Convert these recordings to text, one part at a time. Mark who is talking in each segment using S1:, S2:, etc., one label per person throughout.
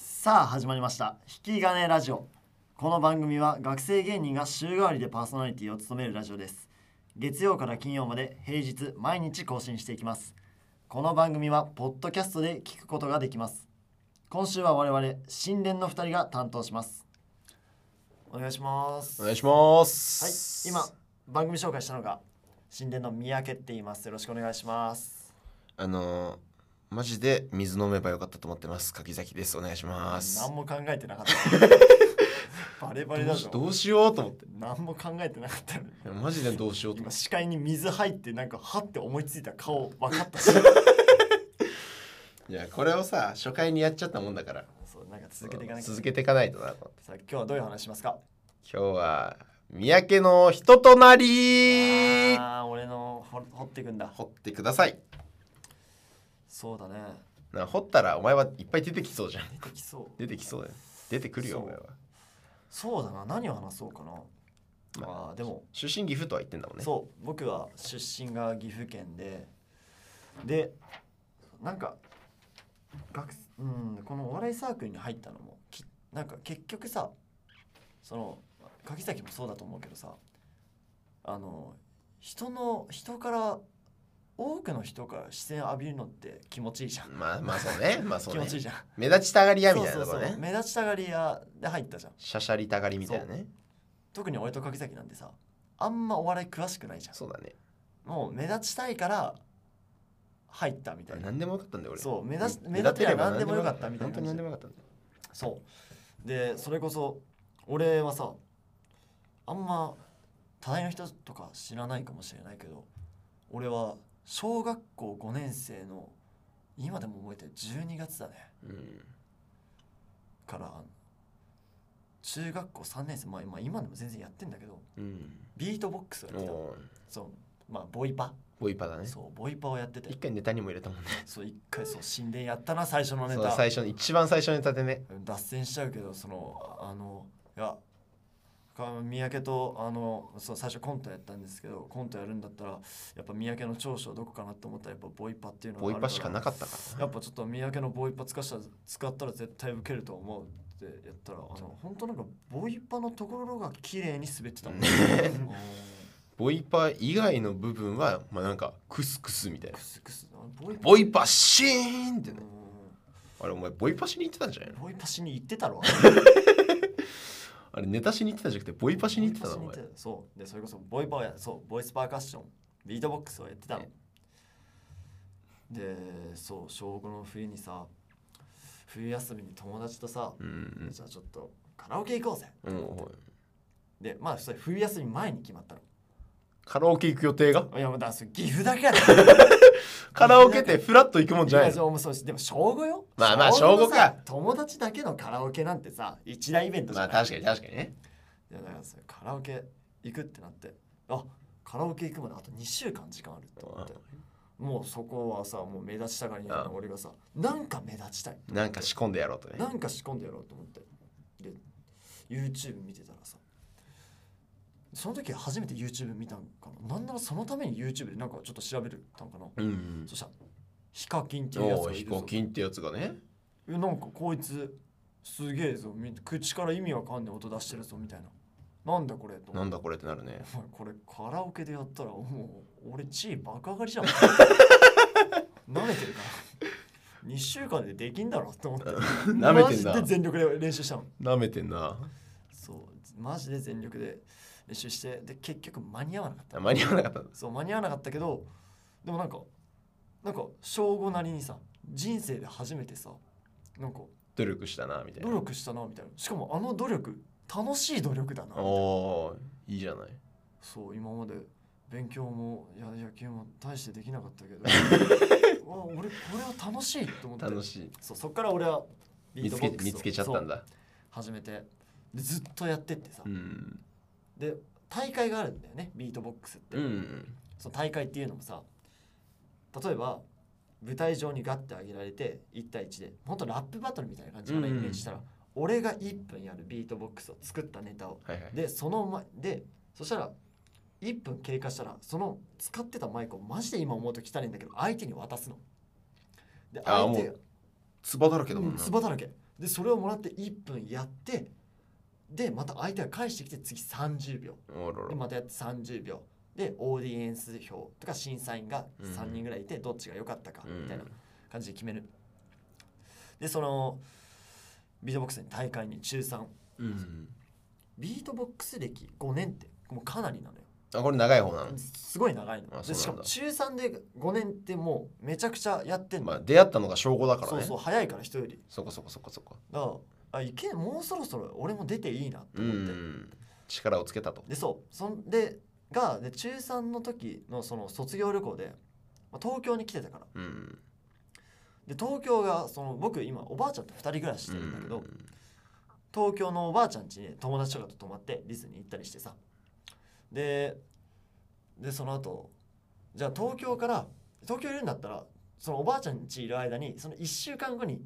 S1: さあ始まりました「引き金ラジオ」この番組は学生芸人が週替わりでパーソナリティを務めるラジオです月曜から金曜まで平日毎日更新していきますこの番組はポッドキャストで聞くことができます今週は我々新連の2人が担当しますお願いします
S2: お願いしま
S1: はい
S2: す。
S1: 今番組紹介したのが新連の三宅って言いますよろしくお願いします
S2: あのーマジで水飲めばよかったと思ってます。柿崎です。お願いします。
S1: 何も考えてなかった バレバレだ
S2: どうし
S1: ぞ
S2: どうしようと思って。
S1: 何も考えてなかったのに
S2: いやマジでどうしようと思
S1: 今
S2: って。
S1: 視界に水入ってなんかはって思いついた顔分か ったし
S2: いやこれをさ初回にやっちゃったもんだから
S1: そうなんか続けていかなきゃ
S2: 続けていかないとなと思って。
S1: さあ今日はどういう話しますか
S2: 今日は三宅の人となり
S1: あー俺の掘掘っていくんだ
S2: 掘ってください。
S1: そうだね
S2: な掘ったらお前はいっぱい出てきそうじゃん。
S1: 出てきそう
S2: 出てきそうだよ。出てくるよ
S1: そう
S2: お前は。
S1: そうだな何を話そうかな、
S2: ま
S1: あー、でも
S2: 出身岐阜とは言ってんだもんね。
S1: そう僕は出身が岐阜県ででなんか学生うんこのお笑いサークルに入ったのもきなんか結局さその柿崎もそうだと思うけどさあの人の人から多くの人から視線浴びるのって気持ちいいじゃん、
S2: まあまあそうね。まあそう
S1: 気
S2: ね
S1: 持。ちいいじゃん
S2: 目立ちたがり屋み
S1: そう
S2: たい
S1: そ
S2: な
S1: う
S2: と
S1: そ
S2: こ
S1: う、
S2: ね。
S1: 目立ちたがり屋で入ったじゃん
S2: しゃしゃりたがりみたいなね
S1: 特に俺と柿崎なんてさあんまお笑い詳しくないじゃん
S2: そうだね
S1: もう目立ちたいから入ったみたいな。
S2: 何でもよかったんだよ俺
S1: そう目立つ
S2: うん
S1: 目立てれば何でもよかったみたいな
S2: 本当に何でもよかったんだよ
S1: そう。で、それこそ俺はさ、あんま多大の人とか知らないかもしれないけど、俺は小学校5年生の今でも覚えてる12月だね
S2: うん
S1: から中学校3年生、まあ、まあ今でも全然やってんだけど
S2: うん
S1: ビートボックスをやってた
S2: もう
S1: そうまあボイパ、
S2: ボイパだね
S1: そうボイパをやってて
S2: 一回ネタにも入れたもんね
S1: そう一回そう神殿やったな最初のネ
S2: そう
S1: タ
S2: 最初の一番最初のネタでね
S1: 脱線しちゃうけどそのあのいやか三宅とあのそう最初コントやったんですけどコントやるんだったらやっぱ三宅の長所どこかなと思ったらやっぱボイパっていうのが
S2: ボ
S1: あ
S2: イ
S1: る
S2: パしかなかったか
S1: や
S2: ら
S1: っぱちょっと三宅のボイパ使ったら使ったら絶対受けると思うってやったらあの本当なんかボイパのところが綺麗に滑ってたもん ねうん
S2: ボイパ以外の部分はまあなんかクスクスみたいな
S1: クスクスあのボイ
S2: ボイパシーンってね
S1: う
S2: あれお前ボイパしに行ってたんじゃない
S1: ん
S2: の
S1: ボイパしに行ってたろ
S2: あれネタしに行ってたんじゃなくてボイパしに行ってたのお
S1: ボイパ
S2: 前
S1: しに行ってたそうでそれこそボイパーやそうボイスパーカッションビートボックスをやってたの
S2: え
S1: でそう小5の冬にさ冬休みに友達とさ、
S2: うん
S1: じゃあちょっとカラオケ行こうぜ、
S2: うんうん
S1: でまあそれ冬休み前に決まったの
S2: カラオケ行く予定が
S1: いやもうだからそれ岐阜だけ や
S2: カラオケってフラッと行くもんじゃ
S1: い
S2: ない
S1: や
S2: の
S1: そうもうそうでも小5よ
S2: まあまあ
S1: の
S2: 小五
S1: さ
S2: か
S1: 友達だけのカラオケなんてさ一大イベントじ
S2: ま
S1: ゃ
S2: あ
S1: ない、
S2: 確かに確かにね
S1: いやだからそれカラオケ行くってなってあカラオケ行くまであと2週間時間あると思ってもうそこはさもう目立ちたがりな
S2: あ
S1: 俺がさなんか目立ちたい
S2: なんか仕込んでやろうとね
S1: なんか仕込んでやろうと思ってで YouTube 見てたらさその時初めて YouTube 見たんかななんならそのために YouTube でなんかちょっと調べるたんかな
S2: うんうん
S1: そしたらヒカキンっていうやつ
S2: お
S1: が
S2: お
S1: い
S2: 飛
S1: るぞ
S2: 行機ってやつがね
S1: えなんかこいつすげえぞみ口から意味わかんない音出してるぞみたいななんだこれと思って
S2: なんだこれってなるね
S1: お前これカラオケでやったらもう俺地位爆上がり じゃん舐めてるから2週間でできんだろと思って
S2: 舐めてん
S1: マ
S2: な
S1: ジで全力で練習したの
S2: なめてんな
S1: そうマジで全力で練習してで結局間に合わなかった
S2: 間に合わなかった
S1: そう間に合わなかったけどでもなんかなんか小5なりにさ人生で初めてさなんか
S2: 努力したなみたい
S1: 努
S2: な
S1: 力したなみたいなしかもあの努力楽しい努力だな
S2: おおーいいじゃない
S1: そう今まで勉強もいや野球も大してできなかったけど うわ俺これは楽しいと思って
S2: 楽しい
S1: そうそっから俺はビー
S2: 見つ
S1: ト
S2: け
S1: ボックスを
S2: 見つけちゃったん
S1: そう
S2: だ
S1: 始めてでずっとやってってさ、
S2: うん
S1: で大会があるんだよねビートボックスって、
S2: うんうん
S1: その大会っていうのもさ例えば舞台上にガッて上げられて1対1でほんとラップバトルみたいな感じかな、
S2: う
S1: イ
S2: ん
S1: メージしたら俺が1分やるビートボックスを作ったネタを
S2: はいはい
S1: でその前でそしたら1分経過したらその使ってたマイクをマジで今思うと汚いんだけど相手に渡すので
S2: あー
S1: 相手
S2: もう唾だらけだ
S1: が
S2: も
S1: うん
S2: んな
S1: 唾だらけでそれをもらって1分やってでまた相手が返してきて次30秒
S2: おろ
S1: で
S2: ろ
S1: またやって30秒でオーディエンス票とか審査員が3人ぐらいいてどっちが良かったかみたいな感じで決めるでそのビートボックスの大会に中3
S2: うん
S1: ビートボックス歴5年ってもうかなりなのよ
S2: あこれ長い方なの
S1: すごい長いの
S2: あ
S1: でし
S2: そ
S1: か
S2: うなん
S1: も
S2: だ
S1: 中3で5年ってもうめちゃくちゃやってんの、
S2: まあ出会ったのが証拠だから
S1: そう
S2: ね
S1: そ
S2: そう
S1: 早いから人より
S2: こそこそこそこ
S1: だからあいけもうそろそろ俺も出ていいなと
S2: う
S1: 思って、
S2: ん力をつけたと
S1: でそうそんでがで中3の時のその卒業旅行で、まあ、東京に来てたから
S2: うん
S1: で東京がその僕今おばあちゃんと2人暮らししてるんだけど、
S2: うん
S1: 東京のおばあちゃん家に友達とかと泊まってディズニー行ったりしてさででその後じゃあ東京から東京いるんだったらそのおばあちゃん家いる間にその1週間後に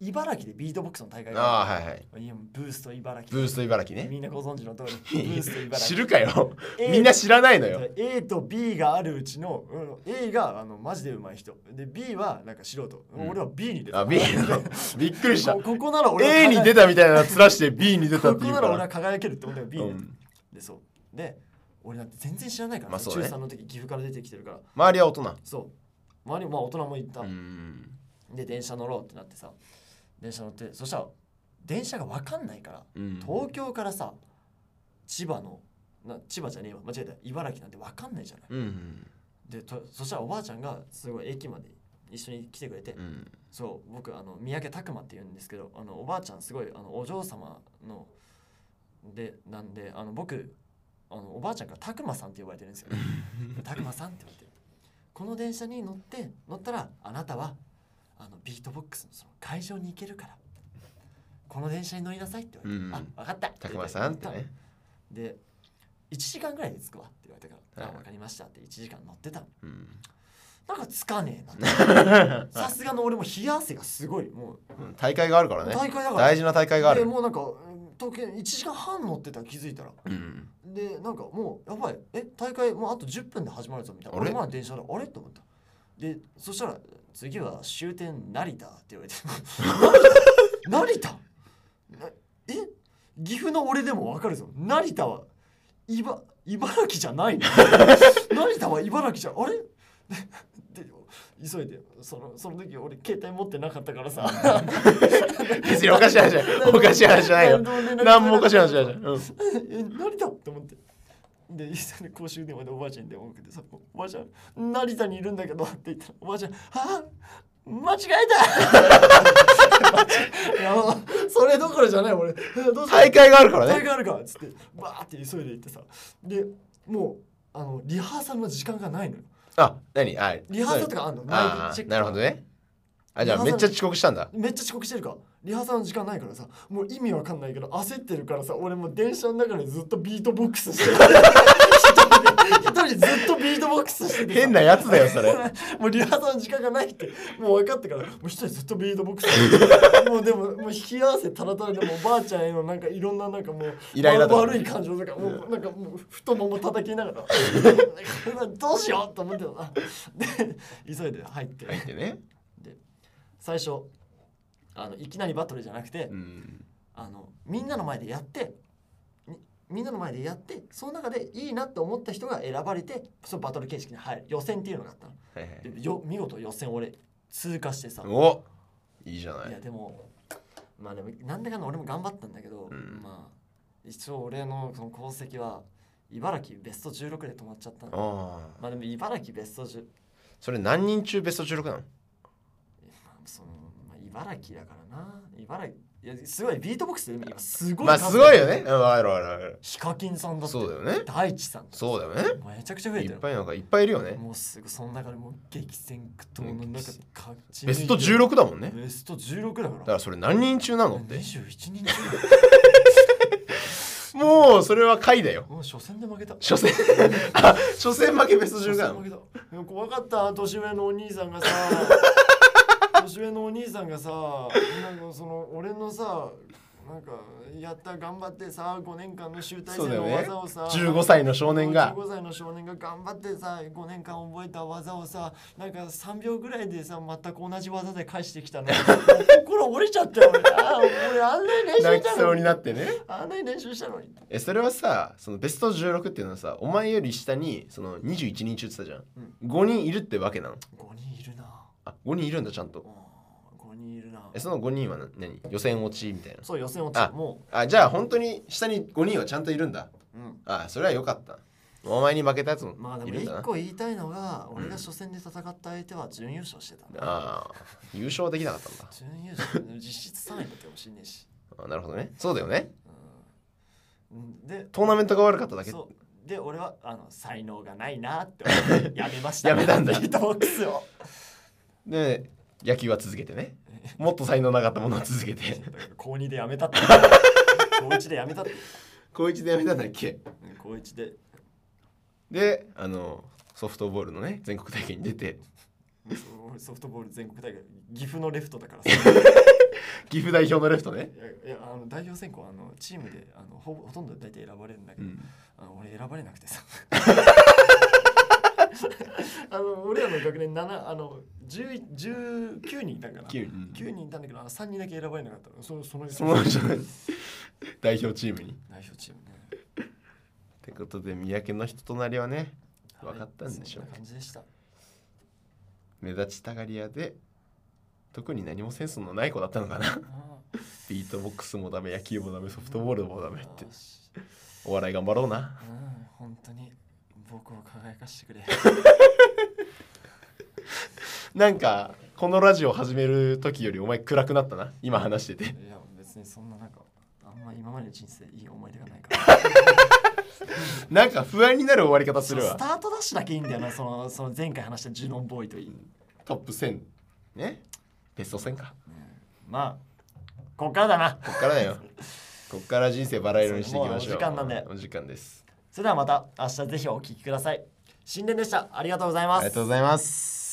S1: 茨城でビートボックスの大会
S2: あ
S1: が
S2: あはいはい
S1: いやブースト茨城
S2: ブースト茨城ね
S1: みんなご存知の通 りブースト茨
S2: 知
S1: 城
S2: るかよ
S1: A
S2: みんな知らないのよ
S1: A と B があるうちの、うん A があのマジでうまい人で B はなんか素人、
S2: うん
S1: 俺は B に出た
S2: あ B のびっくりした
S1: こここなら俺は
S2: A に出たみたいなのつらして B に出たっ
S1: こ
S2: て
S1: こ
S2: 言う
S1: な
S2: からら
S1: 俺は輝けるって思ったよ B に出た、
S2: うん
S1: でそうで俺なんて全然知らないから、
S2: まあそうね
S1: 中3の時岐阜から出てきてるから
S2: 周りは大人
S1: そう周りもまあ大人もいた、
S2: うん
S1: で電車乗ろうってなってさ電車乗ってそしたら電車が分かんないから
S2: うん
S1: 東京からさ千葉のな千葉じゃねえわ間違えた茨城なんて分かんないじゃない
S2: うん
S1: でとそしたらおばあちゃんがすごい駅まで一緒に来てくれて、
S2: うん
S1: そう僕あの三宅拓磨って言うんですけどあのおばあちゃんすごいあのお嬢様のでなんであの僕あのおばあちゃんから拓磨さんって呼ばれてるんです よ、ね、拓磨さんって呼ばれてるこの電車に乗って乗ったらあなたはあのビートボックスのその会場に行けるからこの電車に乗りなさいって言われて、
S2: うんうん
S1: あ分かった
S2: たくまさんってね
S1: で1時間ぐらいで着くわって言われたから、
S2: はい
S1: あ分かりましたって1時間乗ってたの
S2: うん
S1: なんか着かねえ なさすがの俺も冷や汗がすごいもう
S2: うん大会があるからね
S1: 大会だから
S2: 大事な大会があ
S1: で
S2: る
S1: もうなんかうん時計1時間半乗ってた気づいたら
S2: うん
S1: でなんかもうやばいえ大会もうあと10分で始まるぞみたいな
S2: あれ
S1: 俺まだ電車であれと思ったでそしたら次は終点成田って言われて 成田なえ岐阜の俺でもわかるぞ成田は茨茨城じゃないの 成田は茨城じゃあれ でで急いでそのその時俺携帯持ってなかったからさ
S2: 別におかしい話じゃないおかしい話じゃないよ何もおかしい話じゃないうん
S1: え成田って思ってで一緒に公衆電話でおばあちゃんに電話をかけてさ「おばあちゃん成田にいるんだけど」って言ったらおばあちゃん「はあ間違えた! 」いやもうそれどころじゃない俺えどうぞ
S2: 大会があるから
S1: 大
S2: ね
S1: 会あるからっつってバーって急いで行ってさでもうあのリハーサルの時間がないのよ
S2: あ何あ
S1: リハーサルとかあんのナイ
S2: あ
S1: トチ
S2: ー
S1: ェック
S2: なるほどねあじゃあめっちゃ遅刻したんだ
S1: めっちゃ遅刻してるからリハーサルの時間ないからさもう意味わかんないけど焦ってるからさ俺もう電車の中でずっとビートボックスしてる一人で一人でずっとビートボックスしててさ
S2: 変なやつだよ それ
S1: もうリハーサルの時間がないってもう分かってからもう一人ずっとビートボックスしてるもうでももう冷や汗たらたらでもうばあちゃんへのなんかいろんななんかもう
S2: イライラとか
S1: 悪い感情とかもうなんかもう太もも叩きながら どうしようと思ってたなで急いで入って
S2: 入ってね
S1: 最初あのいきなりバトルじゃなくて、
S2: うん
S1: あのみんなの前でやってみみんなの前でやってその中でいいなって思った人が選ばれてそのバトル形式に入る予選っていうのがあったの
S2: はいはい
S1: でよ見事予選俺通過してさい
S2: おいいじゃない
S1: やでもまあでもなんだかんだ俺も頑張ったんだけど、
S2: うん
S1: まあ一応俺のその功績は茨城ベスト16で止まっちゃったの
S2: ああ
S1: まあでも茨城ベスト10、
S2: それ何人中ベスト16な
S1: ま
S2: の
S1: あそのまあ、茨城だからな茨城いやすごいビートボックスで今すごい
S2: まあ
S1: 数
S2: すごいよねうんわかるわかるわかる
S1: ヒカキンさんだって
S2: そうだよね
S1: 大地さんと
S2: そうだよね
S1: もうめちゃくちゃ増え
S2: い
S1: て
S2: っ
S1: る
S2: ぱいなんかいっぱいいるよね
S1: もうすぐその中でもう激戦区闘の中で勝ち抜
S2: ベ
S1: いて
S2: スト16だもんね
S1: ベスト16だから
S2: だからそれ何人中なのって
S1: 21人中
S2: もうそれは回だよ
S1: もう初戦で負けた
S2: 初戦あ初戦負けベスト
S1: 初
S2: 16な
S1: 戦
S2: の
S1: 負けたいや怖かった年上のお兄さんが さ年上のお兄さんがさなんかその俺のさなんかやった頑張ってさ5年間の集大
S3: そうだ
S1: 成
S3: よ
S1: の
S3: ね
S1: 技をさ、
S3: 15歳の少年が
S1: 15歳の少年が頑張ってさ5年間覚えた技をさなんか3秒ぐらいでさ全く同じ技で返してきたの 心折れちゃったよ俺あー俺あんなに練習
S3: 泣
S1: し
S3: き
S1: た
S3: そ
S1: の
S3: うに
S1: に
S3: なってね
S1: あんなに練習したのに
S2: えそれはさそのベスト16っていうのはさお前より下にその21人中って言ってたじゃん、5人いるってわけなの
S1: 5人いるな
S2: あ5人いるんだちゃんと
S1: 5人いるな
S2: えその5人はな何予選落ちみたいな
S1: そう予選落ち
S2: あ
S1: も
S2: あじゃあ本当に下に5人はちゃんといるんだ
S1: う、うん、
S2: あそれは良かったお前に負けたやつも
S1: まあで
S2: い
S1: も
S2: るんだな、
S1: 1個言いたいのが俺が初戦で戦った相手は準優勝してたの
S2: あー優勝はできなかったんだ
S1: 準優勝でも実質3位だってもしんねえし、
S2: あなるほどねそうだよね
S1: うん、で
S2: トーナメントが悪かっただけ
S1: そうで俺はあの才能がないなって思ってやめました
S2: やめたんだ
S1: ビートボックスを
S2: で野球は続けてねもっと才能なかったものを続けて
S1: 高2でやめたって高1でやめたって
S2: 高1でやめたんだっけ
S1: 高1で
S2: であのソフトボールのね全国大会に出て
S1: 俺ソフトボール全国大会岐阜のレフトだからさい
S2: 岐阜代表のレフトね、
S1: やいやあの代表選考あのチームであのほぼほとんど大体選ばれるんだけ
S2: う
S1: ど、
S2: ん、
S1: あの俺選ばれなくてさ あの俺らの学年7あの10 19人いたから
S2: 9人
S1: 9人いたんだけどあの3人だけ選ばれなかったのそのその
S2: そのじゃない代表チームにっ
S1: 代表チームね
S2: てことで三宅の人となりはね
S1: はい
S2: 分かったんでしょう
S1: そんな感じでした
S2: 目立ちたがり屋で特に何もセンスのない子だったの か なビートボックスもダメ野球もダメソフトボールもダメって
S1: よし
S2: お笑い頑張ろうな
S1: うん本当に僕を輝か してくれ
S2: なんかこのラジオ始める時よりお前暗くなったな今話してて
S1: いや別にそんななんかあんま今までの人生いい思い出がない から
S2: なんか不安になる終わり方す
S1: その
S2: る
S1: ス
S2: わ
S1: タートダッシュだけいいんだ よなそのその前回話したジュノンボーイといい、
S2: トップ10ねベスト10か
S1: まあこっからだな
S2: こっからだ よこっから人生バラ色にしていきましょ
S1: もうお時
S2: う
S1: 間なんで
S2: お時間です
S1: それではまた明日ぜひお聞きください神殿でしたありがとうございま
S2: あ
S1: す
S2: りがとうございます